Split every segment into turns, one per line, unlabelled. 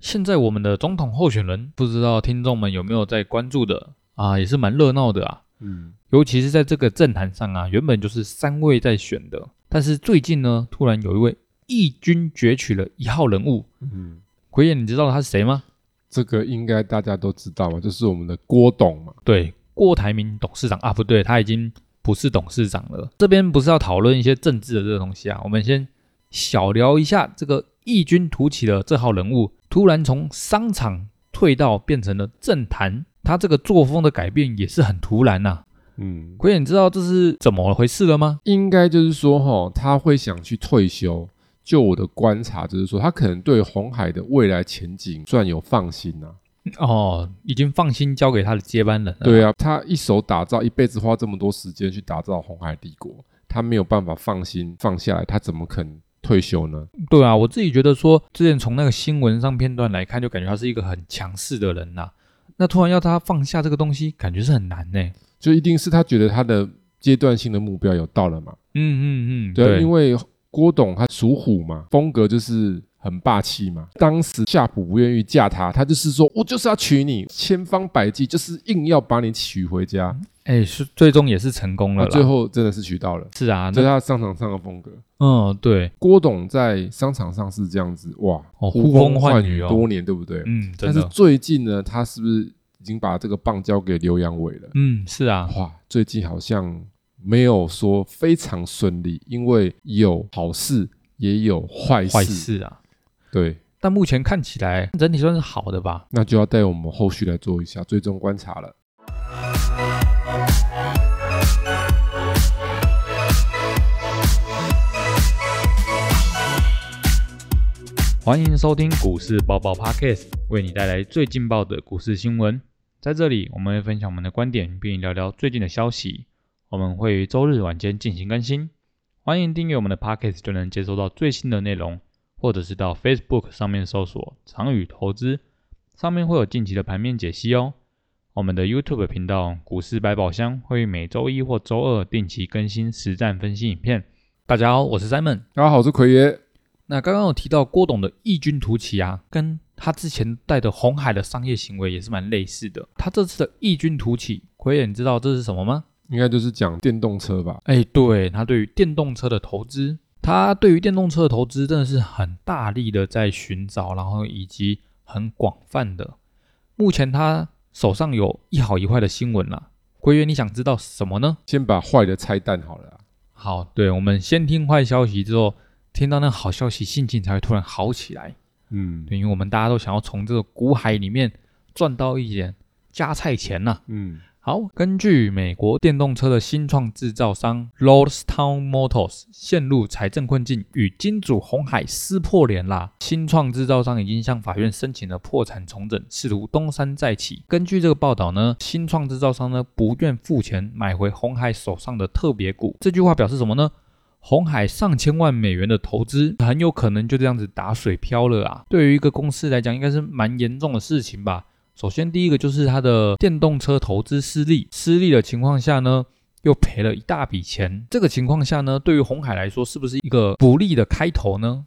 现在我们的总统候选人，不知道听众们有没有在关注的啊？也是蛮热闹的啊。
嗯，
尤其是在这个政坛上啊，原本就是三位在选的，但是最近呢，突然有一位异军攫取了一号人物。
嗯，
奎爷，你知道他是谁吗？
这个应该大家都知道嘛，就是我们的郭董嘛。
对，郭台铭董事长啊，不对，他已经不是董事长了。这边不是要讨论一些政治的这个东西啊，我们先小聊一下这个异军突起的这号人物，突然从商场退到变成了政坛，他这个作风的改变也是很突然呐、
嗯，
奎爷，你知道这是怎么回事了吗？
应该就是说哈，他会想去退休。就我的观察，就是说他可能对红海的未来前景算有放心啊呐、
哦，已经放心交给他的接班人了。
对啊，他一手打造，一辈子花这么多时间去打造红海帝国，他没有办法放心放下来，他怎么肯退休呢？
对啊，我自己觉得说，之前从那个新闻上片段来看，就感觉他是一个很强势的人呐、啊那突然要他放下这个东西，感觉是很难呢、
就一定是他觉得他的阶段性的目标有到了嘛？
嗯嗯嗯，
对啊，因为郭董他属虎嘛，风格就是很霸气嘛。当时夏普不愿意嫁他，他就是说我就是要娶你，千方百计就是硬要把你娶回家。
哎，是最终也是成功了
那
嗯啦。
啊最后真的是娶到了，
是啊，
这是
那
他商场上的风格。
嗯对，
郭董在商场上是这样子，哇，
哦
呼
呼
风
风
唤
唤
雨
雨哦
多年，对不对？
嗯，
但
真
是
的，
最近呢，他是不是已经把这个棒交给刘阳伟了？
嗯是啊，
哇，最近好像没有说非常顺利，因为有好事也有坏事。
坏事啊。
对，
但目前看起来整体算是好的吧？
那就要带我们后续来做一下追踪观察了。
欢迎收听股市爆爆 Podcast，为你带来最劲爆的股市新闻。在这里，我们会分享我们的观点，并聊聊最近的消息。我们会于周日晚间进行更新，欢迎订阅我们的 Podcast，就能接收到最新的内容，或者是到 Facebook 上面搜索“长宇投资”，上面会有近期的盘面解析哦。我们的 YouTube 频道“股市百宝箱”会于每周一或周二定期更新实战分析影片。大家好，我是 Simon。
大家好，我是奎爷。
那刚刚有提到郭董的异军突起啊，跟他之前带的红海的商业行为也是蛮类似的。他这次的异军突起，奎爷你知道这是什么吗？
应该就是讲电动车吧？
哎，对他对于电动车的投资，他对于电动车的投资真的是很大力的在寻找，然后以及很广泛的。目前他手上有一好一坏的新闻啦、啊奎爷你想知道什么呢？
先把坏的拆弹好了啦。啊
好，对我们先听坏消息之后，听到那好消息，心情才会突然好起来。
嗯
对，因为我们大家都想要从这个股海里面赚到一点加菜钱呐、
嗯，
好，根据美国电动车的新创制造商 Lordstown Motors 陷入财政困境，与金主红海撕破脸啦。新创制造商已经向法院申请了破产重整，试图东山再起。根据这个报道呢，新创制造商呢不愿付钱买回红海手上的特别股。这句话表示什么呢？红海上千万美元的投资，很有可能就这样子打水漂了啊！对于一个公司来讲，应该是蛮严重的事情吧。首先，第一个就是它的电动车投资失利，失利的情况下呢，又赔了一大笔钱。这个情况下呢，对于红海来说，是不是一个不利的开头呢？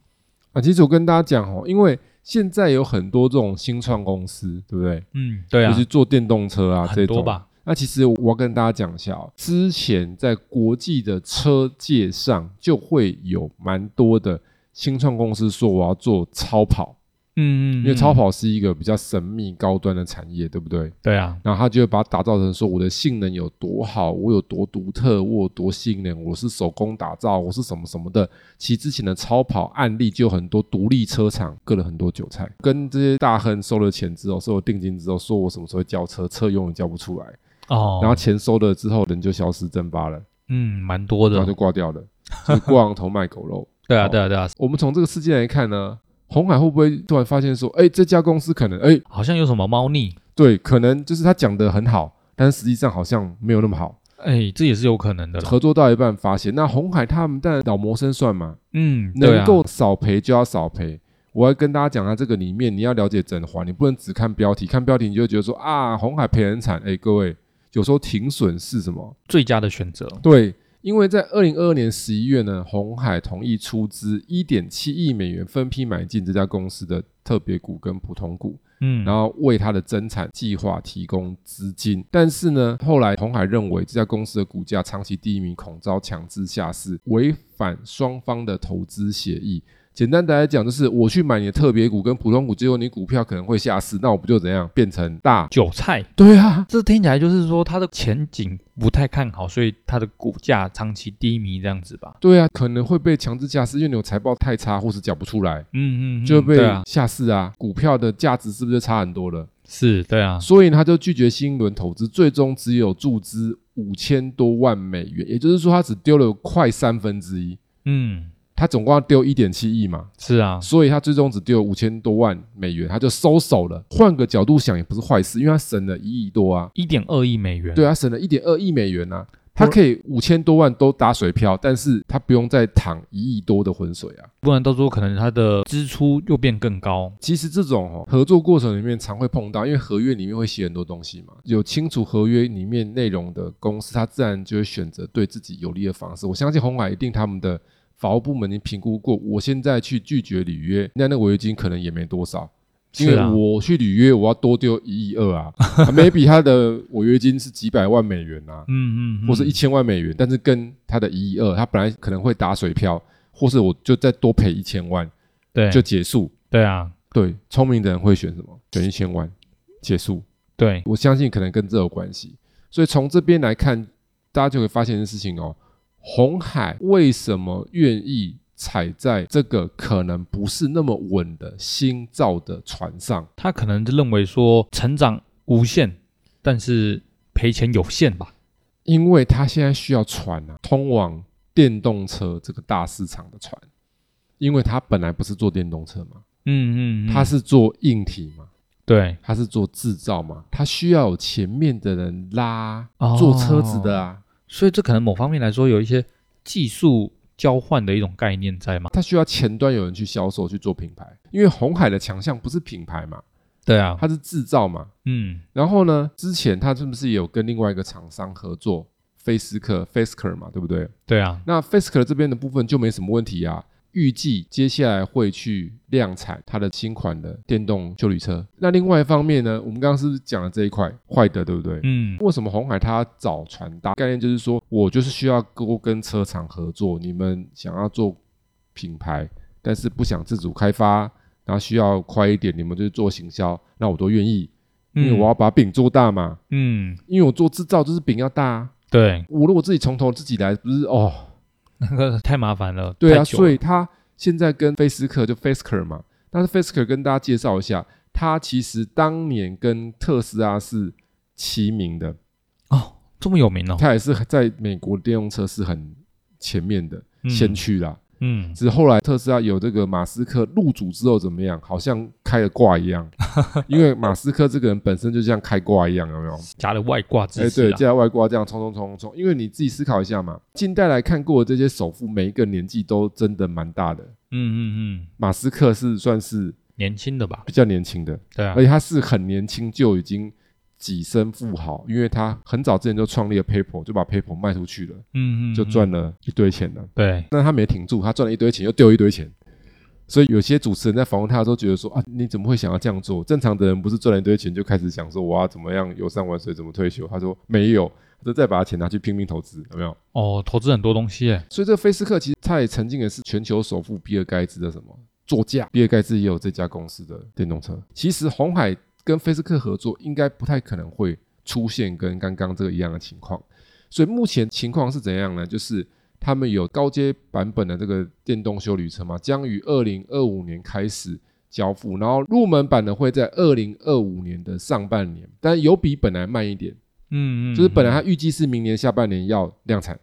啊，其实我跟大家讲哦，因为现在有很多这种新创公司，对不对？
嗯，对
就是做电动车啊这
很多
种。
吧。
那其实我要跟大家讲一下哦，之前在国际的车界上就会有蛮多的新创公司说我要做超跑，
嗯嗯，
因为
嗯
超，跑是一个比较神秘高端的产业，对不对？
对啊，
然后他就会把它打造成说我的性能有多好，我有多独特，我有多性能，我是手工打造，我是什么什么的。其实之前的超跑案例就有很多独立车厂割了很多韭菜，跟这些大亨收了钱之后，收了定金之后，说我什么时候会交车，车永远交不出来。
哦，
然后钱收了之后，人就消失蒸发了，
嗯，蛮多
然后
的
就，挂掉了，就是挂羊头卖 狗肉。
对啊，对啊，对啊，
我们从这个事件来看呢，红海会不会突然发现说，哎，这家公司可能，哎，
好像有什么猫腻，
对，可能就是他讲的很好，但是实际上好像没有那么好。
哎，这也是有可能的啦。
合作到一半发现，那红海他们当然老谋深算嘛，
嗯，对
能
啊，
够少赔就要少赔。我要跟大家讲啊，这个里面你要了解整环，你不能只看标题，看标题你就会觉得说啊，红海赔很惨。哎，各位，有时候停损是什么？
最佳的选择，
对，因为在二零二二年十一月呢，红海同意出资一点七亿美元分批买进这家公司的特别股跟普通股。
嗯，
然后为它的增产计划提供资金。但是呢，后来红海认为这家公司的股价长期低迷，恐遭强制下市，违反双方的投资协议。简单的来讲，就是我去买你的特别股跟普通股，结果你股票可能会下市，那我不就怎样变成大？
韭菜，
对啊，
这听起来就是说它的前景不太看好，所以它的股价长期低迷这样子吧。
对啊，可能会被强制下市，因为你有财报太差或是讲不出来，
嗯嗯，嗯
就被
对啊，
下市啊。股票的价值是不是就差很多了？
是，对啊，
所以呢他就拒绝新一轮投资，最终只有注资五千多万美元，也就是说他只丢了快三分之一。
嗯，
他总共要丢一点七亿嘛，
是啊，
所以他最终只丢五千多万美元，他就收手了。换个角度想也不是坏事，因为他省了一亿多啊，
一点二亿美元，
对啊，省了一点二亿美元啊，他可以五千多万都打水漂，但是他不用再淌一亿多的浑水啊。
不然到时候可能它的支出又变更高。
其实这种、哦、合作过程里面常会碰到，因为合约里面会写很多东西嘛，有清楚合约里面内容的公司，它自然就会选择对自己有利的方式。我相信红海一定他们的法务部门已经评估过，我现在去拒绝履约，那那个违约金可能也没多少。因
是
为
啊，
我去履约，我要多丢一亿二啊啊，maybe 他的违约金是几百万美元啊，
嗯嗯，嗯
或是一千万美元，但是跟他的一亿二，他本来可能会打水漂，或是我就再多赔一千万
对，
就结束，
对啊，
对，聪明的人会选什么？选一千万结束。
对，
我相信可能跟这有关系。所以从这边来看，大家就会发现一件事情哦：红海为什么愿意踩在这个可能不是那么稳的新造的船上？
他可能就认为说成长无限，但是赔钱有限吧。
因为它现在需要船啊，通往电动车这个大市场的船，因为它本来不是做电动车嘛，
嗯嗯，嗯
它是做硬体嘛。
对
它是做制造嘛，它需要有前面的人拉、
哦
做车子的啊，
所以这可能某方面来说有一些技术交换的一种概念在嘛？
它需要前端有人去销售去做品牌，因为红海的强项不是品牌嘛，
对啊，
它是制造嘛。
嗯，
然后呢，之前它是不是也有跟另外一个厂商合作，菲斯克 （Fisker） 嘛，对不对？
对啊，
那 Fisker 这边的部分就没什么问题啊。预计接下来会去量产它的新款的电动修理车。那另外一方面呢，我们刚刚是不是讲了这一块坏的，对不对？
嗯，
为什么红海它找传达概念就是说我就是需要多跟车厂合作，你们想要做品牌，但是不想自主开发，然后需要快一点，你们就是做行销，那我都愿意，
嗯
因为我要把饼做大嘛，
嗯，嗯，
因为我做制造就是饼要大、啊，
对，
我如果自己从头自己来，不是哦，
那个太麻烦了，
对啊，
太久了
所以他现在跟菲斯克就 Fisker 嘛，但是 Fisker 跟大家介绍一下，他其实当年跟特斯拉是齐名的。
哦，这么有名哦，
它也是在美国电动车是很前面的
嗯
先驱啦。
嗯，
只是后来特斯拉有这个马斯克入主之后怎么样？好像开了挂 一样，因为马斯克这个人本身就像开挂一样，有没有？
加了外挂啊
哎，
知识
对，
啦，
加外挂这样冲冲冲冲冲。因为你自己思考一下嘛，近代来看过的这些首富，每一个年纪都真的蛮大的。
嗯嗯嗯，
马斯克是算是
年轻的吧，
比较年轻的，
对啊
而，且他是很年轻就已经跻身富豪，因为他很早之前就创立了 PayPal，就把 PayPal 卖出去了。
嗯嗯，
就
嗯，
赚了一堆钱了。
对，
但他没挺住，他赚了一堆钱，又丢一堆钱。所以有些主持人在访问他的时候，觉得说啊，你怎么会想要这样做？正常的人不是赚了一堆钱就开始想说我要怎么样游山玩水，怎么退休？他说没有，他就再把钱拿去拼命投资，有没有？
哦，投资很多东西耶，
所以这个菲斯克其实他也曾经也是全球首富比尔盖茨的什么座驾，比尔盖茨也有这家公司的电动车。其实红海跟菲斯克合作，应该不太可能会出现跟刚刚这个一样的情况。所以目前情况是怎样呢？就是他们有高阶版本的这个电动修理车嘛，将于二零二五年开始交付，然后入门版的会在二零二五年的上半年，但有比本来慢一点，
嗯嗯，
就是本来
嗯
它预计是明年下半年要量产。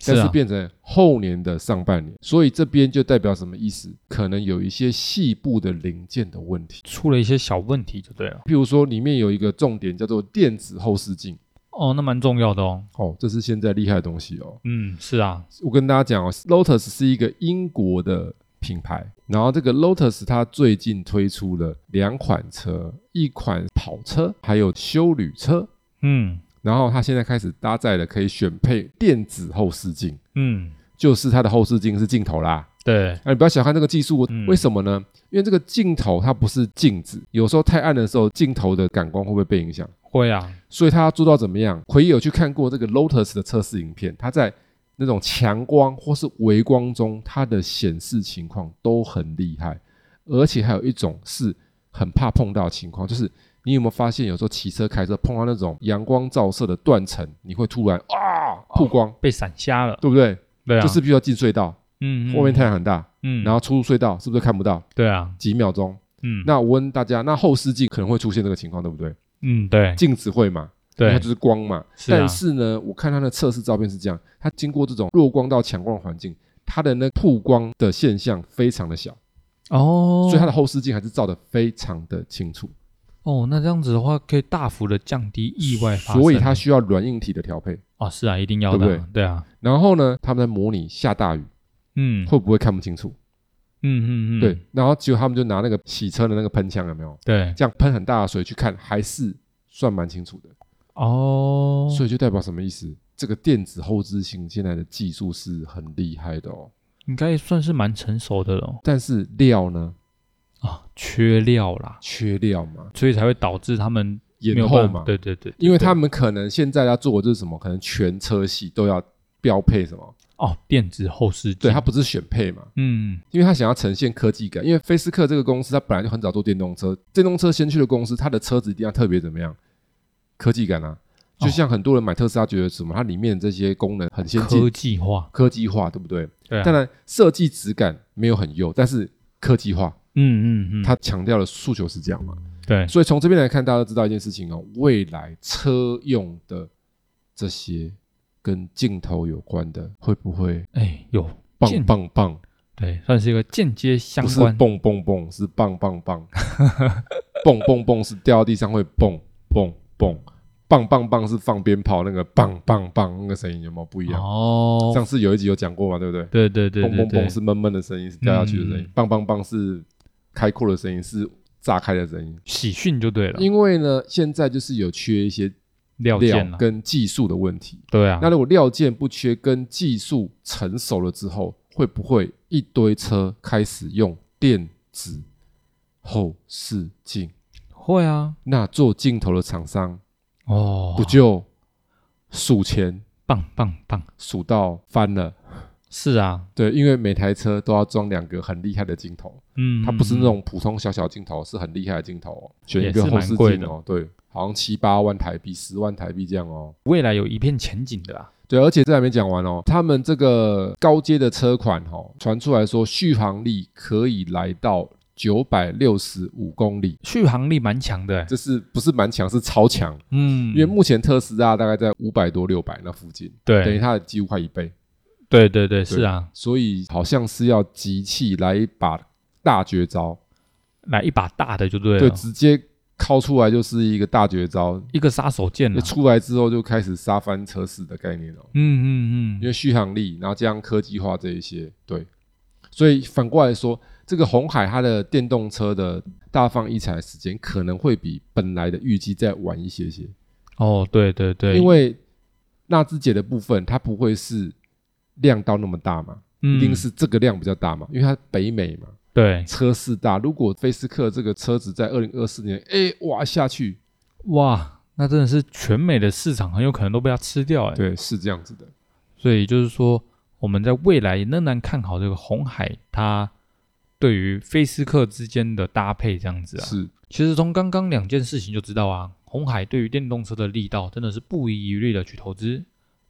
是
但是
啊，
变成后年的上半年，所以这边就代表什么意思？可能有一些细部的零件的问题，
出了一些小问题就对了，
譬如说里面有一个重点叫做电子后视镜，
哦，那蛮重要的哦，
哦，这是现在厉害的东西哦。
嗯，是啊，
我跟大家讲哦，Lotus 是一个英国的品牌，然后这个 Lotus 它最近推出了两款车，一款跑车，还有修旅车。
嗯，
然后它现在开始搭载了可以选配电子后视镜，
嗯，
就是它的后视镜是镜头啦。
对，
啊，你不要小看这个技术
嗯，
为什么呢？因为这个镜头它不是镜子，有时候太暗的时候，镜头的感光会不会被影响？
会啊，
所以它要做到怎么样？奎爷有去看过这个 Lotus 的测试影片，它在那种强光或是微光中，它的显示情况都很厉害，而且还有一种是很怕碰到的情况，就是你有没有发现，有时候骑车、开车碰到那种阳光照射的断层，你会突然啊曝光，
被闪瞎了，
对不对？
哦对啊，
就是必须要进隧道，
嗯，嗯
外面太阳很大，
嗯，
然
后
后出入隧道是不是看不到？
对啊，
几秒钟。
嗯，
那我问大家，那后视镜可能会出现这个情况，对不对？
嗯对
镜子会嘛？因为
对
它就是光嘛。
是啊
但是呢，我看它的测试照片是这样，它经过这种弱光到强光的环境，它的那曝光的现象非常的小，
哦，
所以它的后视镜还是照得非常的清楚。
哦，那这样子的话，可以大幅的降低意外发生，
所以它需要软硬体的调配。
哦是啊，一定要的啊，
对不
对啊，
然后呢，他们在模拟下大雨
嗯
会不会看不清楚？
嗯嗯嗯，
对，然后结果他们就拿那个洗车的那个喷枪，有没有？
对
这样喷很大的水去看，还是算蛮清楚的。
哦，
所以就代表什么意思？这个电子后置型现在的技术是很厉害的哦，
应该算是蛮成熟的了
但是料呢，
啊，缺料啦，
缺料嘛，
所以才会导致他们没
延
有
后
办
嘛，
对对对，
因为他们可能现在要做的就是什么，可能全车系都要标配什么，
哦电子后视镜，
对，它不是选配嘛，
嗯
因为它想要呈现科技感，因为菲斯克这个公司，它本来就很早做电动车，电动车先去的公司，它的车子一定要特别怎么样，科技感啊，
哦
就像很多人买特斯拉觉得什么，它里面的这些功能很先
科
进，
技化，
科技化，对不对？
对啊，
当然设计质感没有很优，但是科技化，
嗯嗯嗯，
它强调的诉求是这样嘛。
对
所以从这边来看，大家都知道一件事情哦，未来车用的这些跟镜头有关的，会不会
哎有
棒
镜
棒棒？
对，算是一个间接相
不是
关，
蹦蹦蹦，是棒棒棒，蹦蹦蹦是掉到地上会蹦蹦蹦，棒棒棒是放鞭炮那个棒棒棒那个声音有没有不一样？
哦，
上次有一集有讲过嘛，对不对？
对对对
嘣
对
嘣
对
嘣，是闷闷的声音，是掉下去的声音；
嗯
棒棒棒是开阔的声音，是炸开的声音。
喜讯就对了，
因为呢，现在就是有缺一些
料
料啊
件了，啊
跟技术的问题。
对啊，
那如果料件不缺，跟技术成熟了之后，会不会一堆车开始用电子后视镜？
会啊，
那做镜头的厂商
哦，
不就数钱
棒棒棒，
数到翻了？
是啊，
对，因为每台车都要装两个很厉害的镜头。
嗯，
它不是那
嗯
种普通小小镜头，是很厉害的镜头、哦，选
也
一
是
个后
蛮
视
贵
镜
的
哦，对，好像七八万台币、十万台币这样
嗯
哦。
未来有一片前景的啊，
对，而且这还没讲完哦，他们这个高阶的车款哦，传出来说续航力可以来到九百六十五公里，
续航力蛮强的欸，
这是不是蛮强？是超强，
嗯，
因为目前特斯拉大概在五百多、六百那附近，等于
对
它的几乎快一倍，
对对对，是啊，
所以好像是要集气来一把大绝招，
来一把大的就对哦
对，
了，
直接掏出来就是一个大绝招，
一个杀手锏
那
啊，
出来之后就开始杀翻车死的概念哦，
嗯嗯
因
嗯，
为续航力，然后加上科技化这一些，对，所以反过来说，这个红海它的电动车的大放异彩的时间可能会比本来的预计再晚一些些，
哦，对对对，
因为纳智捷的部分它不会是量到那么大嘛，一
一
定是这个量比较大嘛，因为它北美嘛，
嗯对，
车市大，如果菲斯克这个车子在二零二四年，哎哇下去，
哇，那真的是全美的市场很有可能都被它吃掉，哎，
对，是这样子的。
所以就是说，我们在未来仍然看好这个红海，它对于菲斯克之间的搭配这样子啊。
是，
其实从刚刚两件事情就知道啊，红海对于电动车的力道真的是不遗余力的去投资。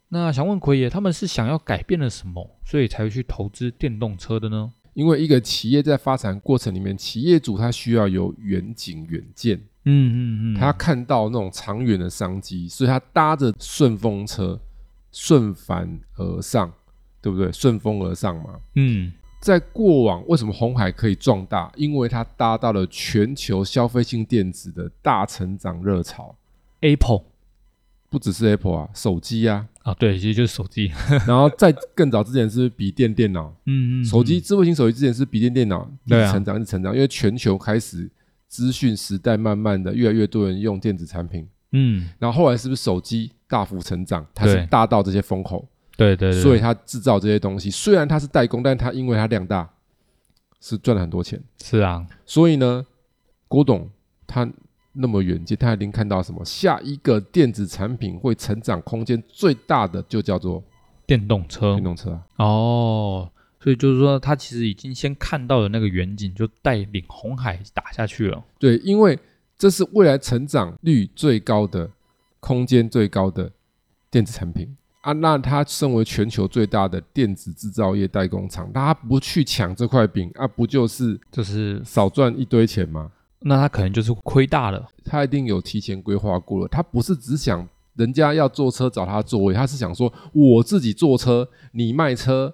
那想问奎爷，他们是想要改变了什么，所以才会去投资电动车的呢？
因为一个企业在发展过程里面，企业主他需要有远景远见，
嗯嗯嗯，
他看到那种长远的商机，所以他搭着顺风车，顺帆而上，对不对？顺风而上嘛。
嗯
在过往，为什么红海可以壮大？因为它搭到了全球消费性电子的大成长热潮，
Apple
不只是 Apple 啊，手机啊，
啊，对，其实就是手机，
然后在更早之前是不是笔电电脑，
嗯嗯，
手机智慧型手机之前是笔电电脑，一
对啊
直成长一直成长，因为全球开始资讯时代，慢慢的越来越多人用电子产品，
嗯，
然后后来是不是手机大幅成长，它
对
是大到这些风口，
对对对，
所以它制造这些东西，虽然它是代工，但它因为它量大，是赚了很多钱。
是啊，
所以呢，郭董他那么远见，他已经看到什么？下一个电子产品会成长空间最大的就叫做
电动车
电动车啊。
哦，所以就是说，他其实已经先看到了那个远景，就带领红海打下去了。
对，因为这是未来成长率最高的、空间最高的电子产品啊。那它身为全球最大的电子制造业代工厂，那它不去抢这块饼啊，不就是
就是
少赚一堆钱吗？
那他可能就是亏大了，
他一定有提前规划过了，他不是只想人家要坐车找他座位，他是想说我自己坐车，你卖车，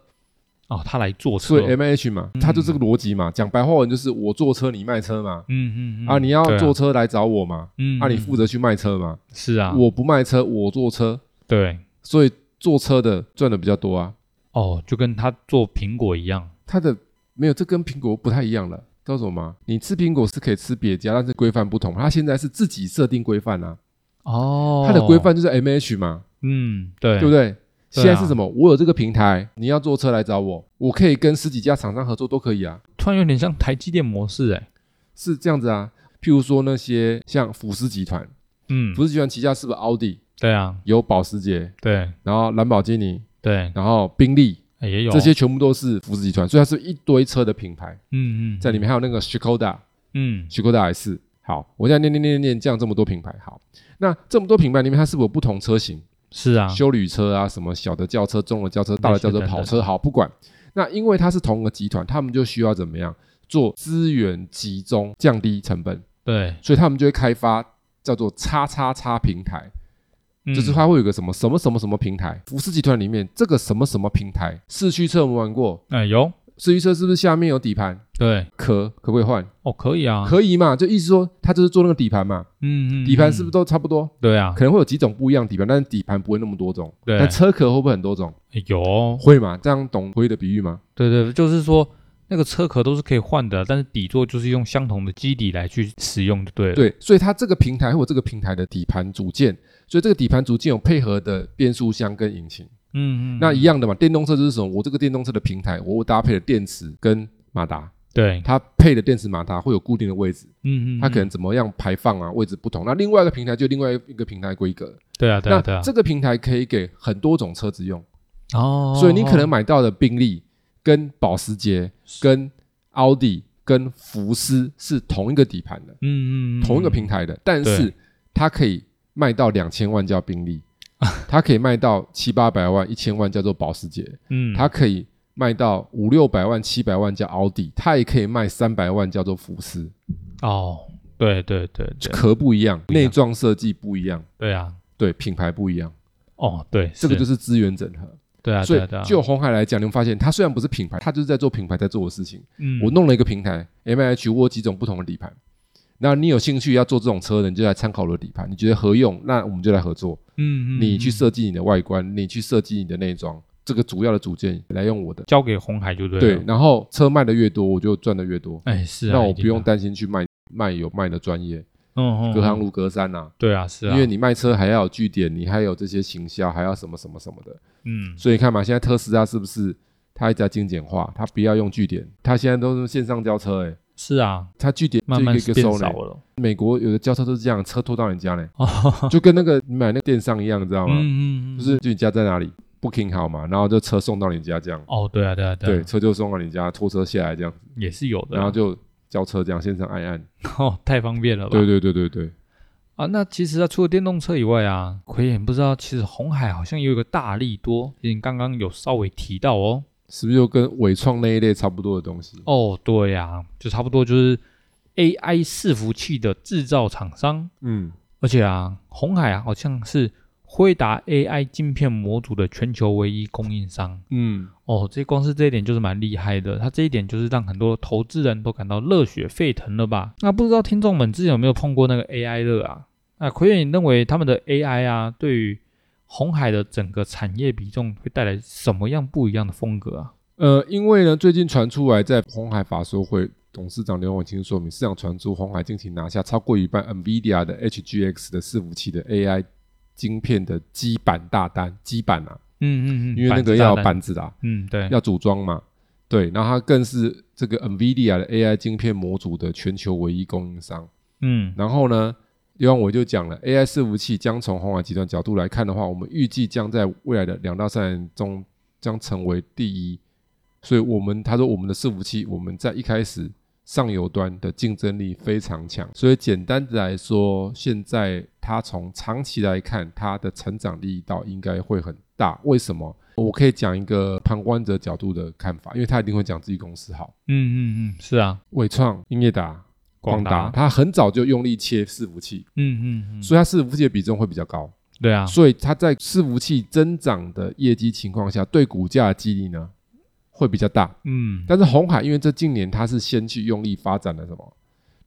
哦，嗯他来坐车
所，以 M H 嘛，他就这个逻辑嘛，讲白话文就是我坐车你卖车嘛，
嗯嗯嗯
啊你要
对啊
坐车来找我嘛，
嗯，
啊你
嗯
负责去卖车嘛，
是啊，
我不卖车我坐车，
对
所以坐车的赚的比较多啊，
哦，就跟他做苹果一样，
他的没有这跟苹果不太一样了。知道什么吗？你吃苹果是可以吃别家，但是规范不同。他现在是自己设定规范啊，
哦，
他的规，范就是 M H 嘛，
嗯，对，
对不对？
对啊
现在是什么？我有这个平台，你要坐车来找我，我可以跟十几家厂商合作都可以啊，
突然有点像台积电模式，哎，
是这样子啊。譬如说那些像福斯集团，
嗯，
福斯集团旗下是不是奥迪
对啊，
有保时捷，
对
然后兰博基尼，
对，
然后宾利，
哎也有
这，些全部都是福斯集团，所以它是一堆车的品牌
嗯嗯，
在里面，还有那个 Skoda，
嗯，
雪国大 S。好，我现在念念念念这样这么多品牌，好，那这么多品牌里面，它是不是有不同车型？
是啊，
修旅车啊，什么小的轿车、中的轿车、大的轿车、
那些等等
跑车，好不管。那因为它是同个集团，他们就需要怎么样做资源集中，降低成本，
对，
所以他们就会开发叫做“叉叉叉”平台，
嗯
就是它会有个什么什么什么什么平台。福斯集团里面这个什么什么平台，四驱车我们玩过，
哎有，
四驱车是不是下面有底盘
对，
壳？可不可以换？
哦可以啊，
可以嘛？就意思说它就是做那个底盘嘛，
嗯嗯，
底盘是不
是？
是都差不多？
对啊，
可能会有几种不一样的底盘，但是底盘不会那么多种。
对，
但车壳会不会很多种？
哎有哦，
会吗？这样懂辉的比喻吗？
对对，就是说那个车壳都是可以换的，但是底座就是用相同的基底来去使用就对了。，
对，所以它这个平台会有这个平台的底盘组件，所以这个底盘组件有配合的变速箱跟引擎。
嗯嗯，
那一样的嘛，电动车就是什么？我这个电动车的平台，我搭配了电池跟马达，
对，
它配的电池马达会有固定的位置，
嗯嗯嗯，
它可
嗯
能怎么样排放啊，位置不同。那另外一个平台就另外一个平台规格，
对啊对啊对
那
啊，
这个平台可以给很多种车子用，
哦，
所以你可能买到的宾利、跟保时捷、跟奥迪、跟福斯是同一个底盘的。
嗯嗯嗯
同一个平台的，但是它可以卖到两千万叫 宾利，它可以卖到七八百万、一千万叫做保时捷，
嗯，
它可以卖到五六百万、七百万叫奥迪，它也可以卖三百万叫做福斯，
哦，对对对对
壳不一样，
一样
内装设计不一样，
对啊，
对，品牌不一样，
哦对，
这个就是是资源整合。
对啊
所
对
以
啊对啊，
就红海来讲，你会发现它虽然不是品牌，它就是在做品牌在做的事情。
嗯
我弄了一个平台，M H 我有几种不同的底盘。那你有兴趣要做这种车的，你就来参考我的底盘，你觉得合用，那我们就来合作。
嗯嗯，
你去
嗯
设计你的外观，你去设计你的内装，这个主要的组件来用我的。
交给红海就对
对
了，，
然后车卖的越多，我就赚的越多。
哎是啊，
那我
一定
不用
的，
担心去卖卖有卖的专业，
嗯嗯，
隔
嗯
行如隔山呐、
对啊是啊，
因为你卖车还要有据点，你还有这些行销，还要什么什么什么的。
嗯
所以你看嘛，现在特斯拉是不是它一直在精简化？它不要用据点，它现在都是线上交车、欸，
是啊，
它据点就
慢
一
慢
个一个
变
收呢
少。了，
美国有的交车都是这样，车拖到你家呢，
哦，
就跟那个你买那个电商一样，你知道吗？
嗯嗯嗯，
就是就你家在哪里，booking 好嘛，然后就车送到你家这样，
哦对啊对啊
对，
啊，
车就送到你家，拖车下来这样，
也是有的啊，
然后就交车这样，线上按按，
哦太方便了吧，
对对对对对，
啊，那其实啊，除了电动车以外啊，奎也不知道，其实红海好像也有一个大力多，你刚刚有稍微提到哦。
是不是就跟伟创那一类差不多的东西？
哦，对呀、就差不多就是 AI 伺服器的制造厂商，
嗯，
而且啊，红海啊好像是辉达 AI 晶片模组的全球唯一供应商。
嗯，
哦，这光是这一点就是蛮厉害的，它这一点就是让很多投资人都感到热血沸腾了吧？那不知道听众们之前有没有碰过那个 AI 热啊？那奎远，你认为他们的 AI 啊，对于红海的整个产业比重会带来什么样不一样的风格啊？
呃，因为呢，最近传出来在红海法说会董事长刘永清说明，市场传出红海近期拿下超过一半 NVIDIA 的 HGX 的伺服器的 AI 晶片的基板大单，基板啊，
嗯嗯嗯，
因为那
板
个
子炸
要有
弹，
板子啊，
嗯对，
要组装嘛。对，然后它更是这个 NVIDIA 的 AI 晶片模组的全球唯一供应商。
嗯
然后呢，刘永伟就讲了，AI 伺服器将从红海集团角度来看的话，我们预计将在未来的两到三年中将成为第一。所以，我们他说我们的伺服器，我们在一开始上游端的竞争力非常强。所以，简单的来说，现在它从长期来看，它的成长力道应该会很大。为什么？我可以讲一个旁观者角度的看法，因为他一定会讲自己公司好。
嗯嗯嗯，是啊，
伟创、英业达、
广
光达，
达，
它很早就用力切伺服器，
嗯嗯嗯，
所以它伺服器的比重会比较高，
对啊，
所以它在伺服器增长的业绩情况下，对股价的激励呢会比较大。
嗯
但是红海因为这近年它是先去用力发展了什么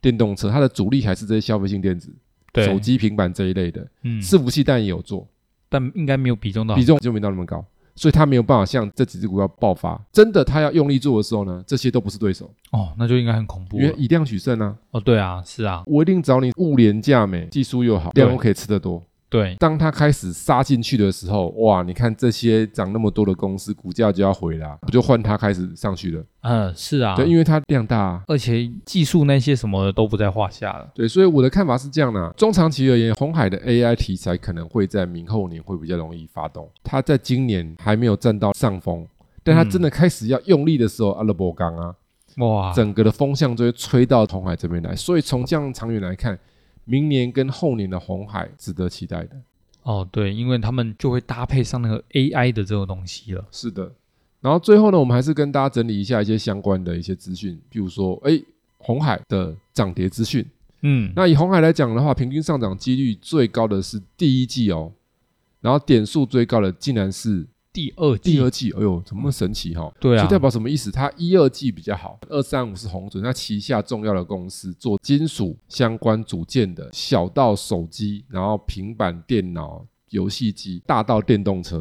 电动车，它的主力还是这些消费性电子、
对，
手，机、平板这一类的，
嗯，啊
伺服器但也有做，
但应该没有比重到
比重就没到那么高。所以它没有办法像这几只股票爆发，真的它要用力做的时候呢，这些都不是对手，
哦，那就应该很恐怖
因为
了，
以量取胜啊！
哦对啊，是啊，
我一定找你物廉价美，技术又好，
对
量又可以吃得多，
对，
当它开始杀进去的时候，哇！你看这些涨那么多的公司，股价就要回啦，不就换它开始上去了？
嗯是啊，
对，因为它量大、啊。
而且技术那些什么的都不在话下了，
对，所以我的看法是这样啦、中长期而言，红海的 AI 题材可能会在明后年会比较容易发动。它在今年还没有占到上风，但它真的开始要用力的时候，阿拉伯刚啊，
哇，
整个的风向就会吹到红海这边来。所以从这样长远来看，明年跟后年的红海值得期待的。
哦对，因为他们就会搭配上那个 AI 的这种东西了，
是的。然后最后呢，我们还是跟大家整理一下一些相关的一些资讯，比如说，哎，红海的涨跌资讯。
嗯，
那以红海来讲的话，平均上涨几率最高的是第一季哦，然后点数最高的竟然是
第二季
第二季，哎呦，怎么那么神奇哈、哦？
对啊
就代表什么意思？它一二季比较好，二三五是红准，它旗下重要的公司做金属相关组件的，小到手机，然后平板电脑、游戏机，大到电动车，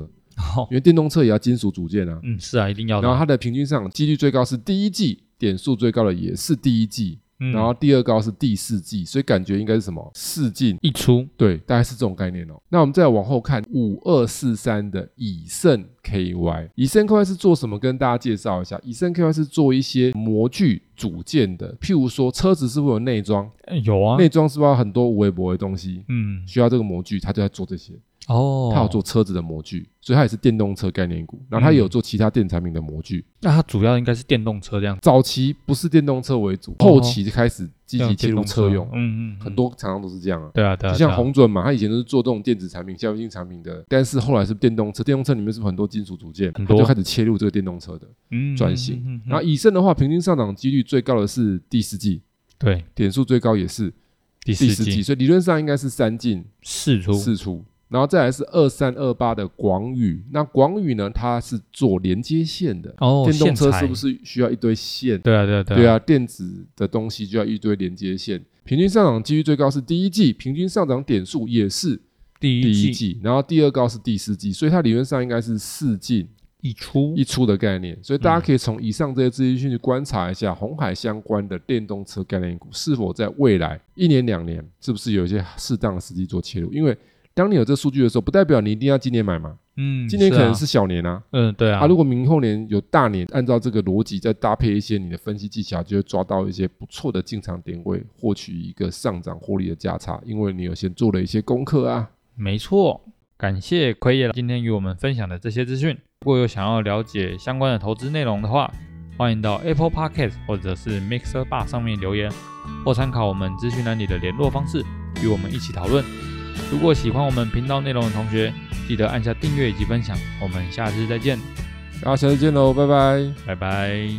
哦
因为电动车也要金属组件啊。
嗯是啊，一定要的，
然后它的平均上几率最高是第一季，点数最高的也是第一季，
嗯
然后第二高是第四季，所以感觉应该是什么四进
一出，
对，大概是这种概念哦。那我们再往后看五二四三的以盛 KY，以盛 KY 是做什么？跟大家介绍一下，以盛 KY 是做一些模具组件的，譬如说车子是会有内装，
哎有啊，
内装是不是要很多无微博的东西？
嗯
需要这个模具，它就在做这些。
哦，
它有做车子的模具，所以它也是电动车概念股。然后它也有做其他电子产品的模具。
那它主要应该是电动车这样，
早期不是电动车为主，
哦
后期就开始
这
积极
样
切入
电动
车用，
嗯嗯，嗯
很多厂商都是这样啊。
对啊对啊，
就像
对啊
红准嘛，它以前都是做这种电子产品、消费性产品的，但是后来是电动车，电动车里面是不是很多金属组件，
很
它
多
就开始切入这个电动车的。
嗯
转型
嗯嗯嗯嗯
然后以盛的话，平均上涨几率最高的是第四季，
对
点数最高也是
第
第
四
四季，
季嗯
所以理论上应该是三进
试出
四出。然后再来是二三二八的广宇，那广宇呢，它是做连接线的，
哦，
电动车
线材
是不？是需要一堆线？
对啊对啊对
对
啊，
啊，电子的东西就要一堆连接线。平均上涨几率最高是第一季，平均上涨点数也是
第
第
一
一
季
季，然后第二高是第四季，所以它理论上应该是四季
一出
一出的概念。所以大家可以从以上这些资讯去观察一下红海相关的电动车概念股是否在未来一年两年是不是有一些适当的时机做切入，因为。当你有这数据的时候，不代表你一定要今年买嘛，
嗯，
今年可能
啊
是小年啊。
嗯对啊，
啊，如果明后年有大年，按照这个逻辑再搭配一些你的分析技巧，就会抓到一些不错的进场点位，获取一个上涨获利的价差，因为你有先做了一些功课啊。
没错，感谢奎爷今天与我们分享的这些资讯。如果有想要了解相关的投资内容的话，欢迎到 Apple Podcast 或者是 Mixer Bar 上面留言，或参考我们资讯栏里的联络方式，与我们一起讨论。如果喜欢我们频道内容的同学，记得按下订阅以及分享。我们下次再见，
大家下次见喽，拜拜。
拜拜。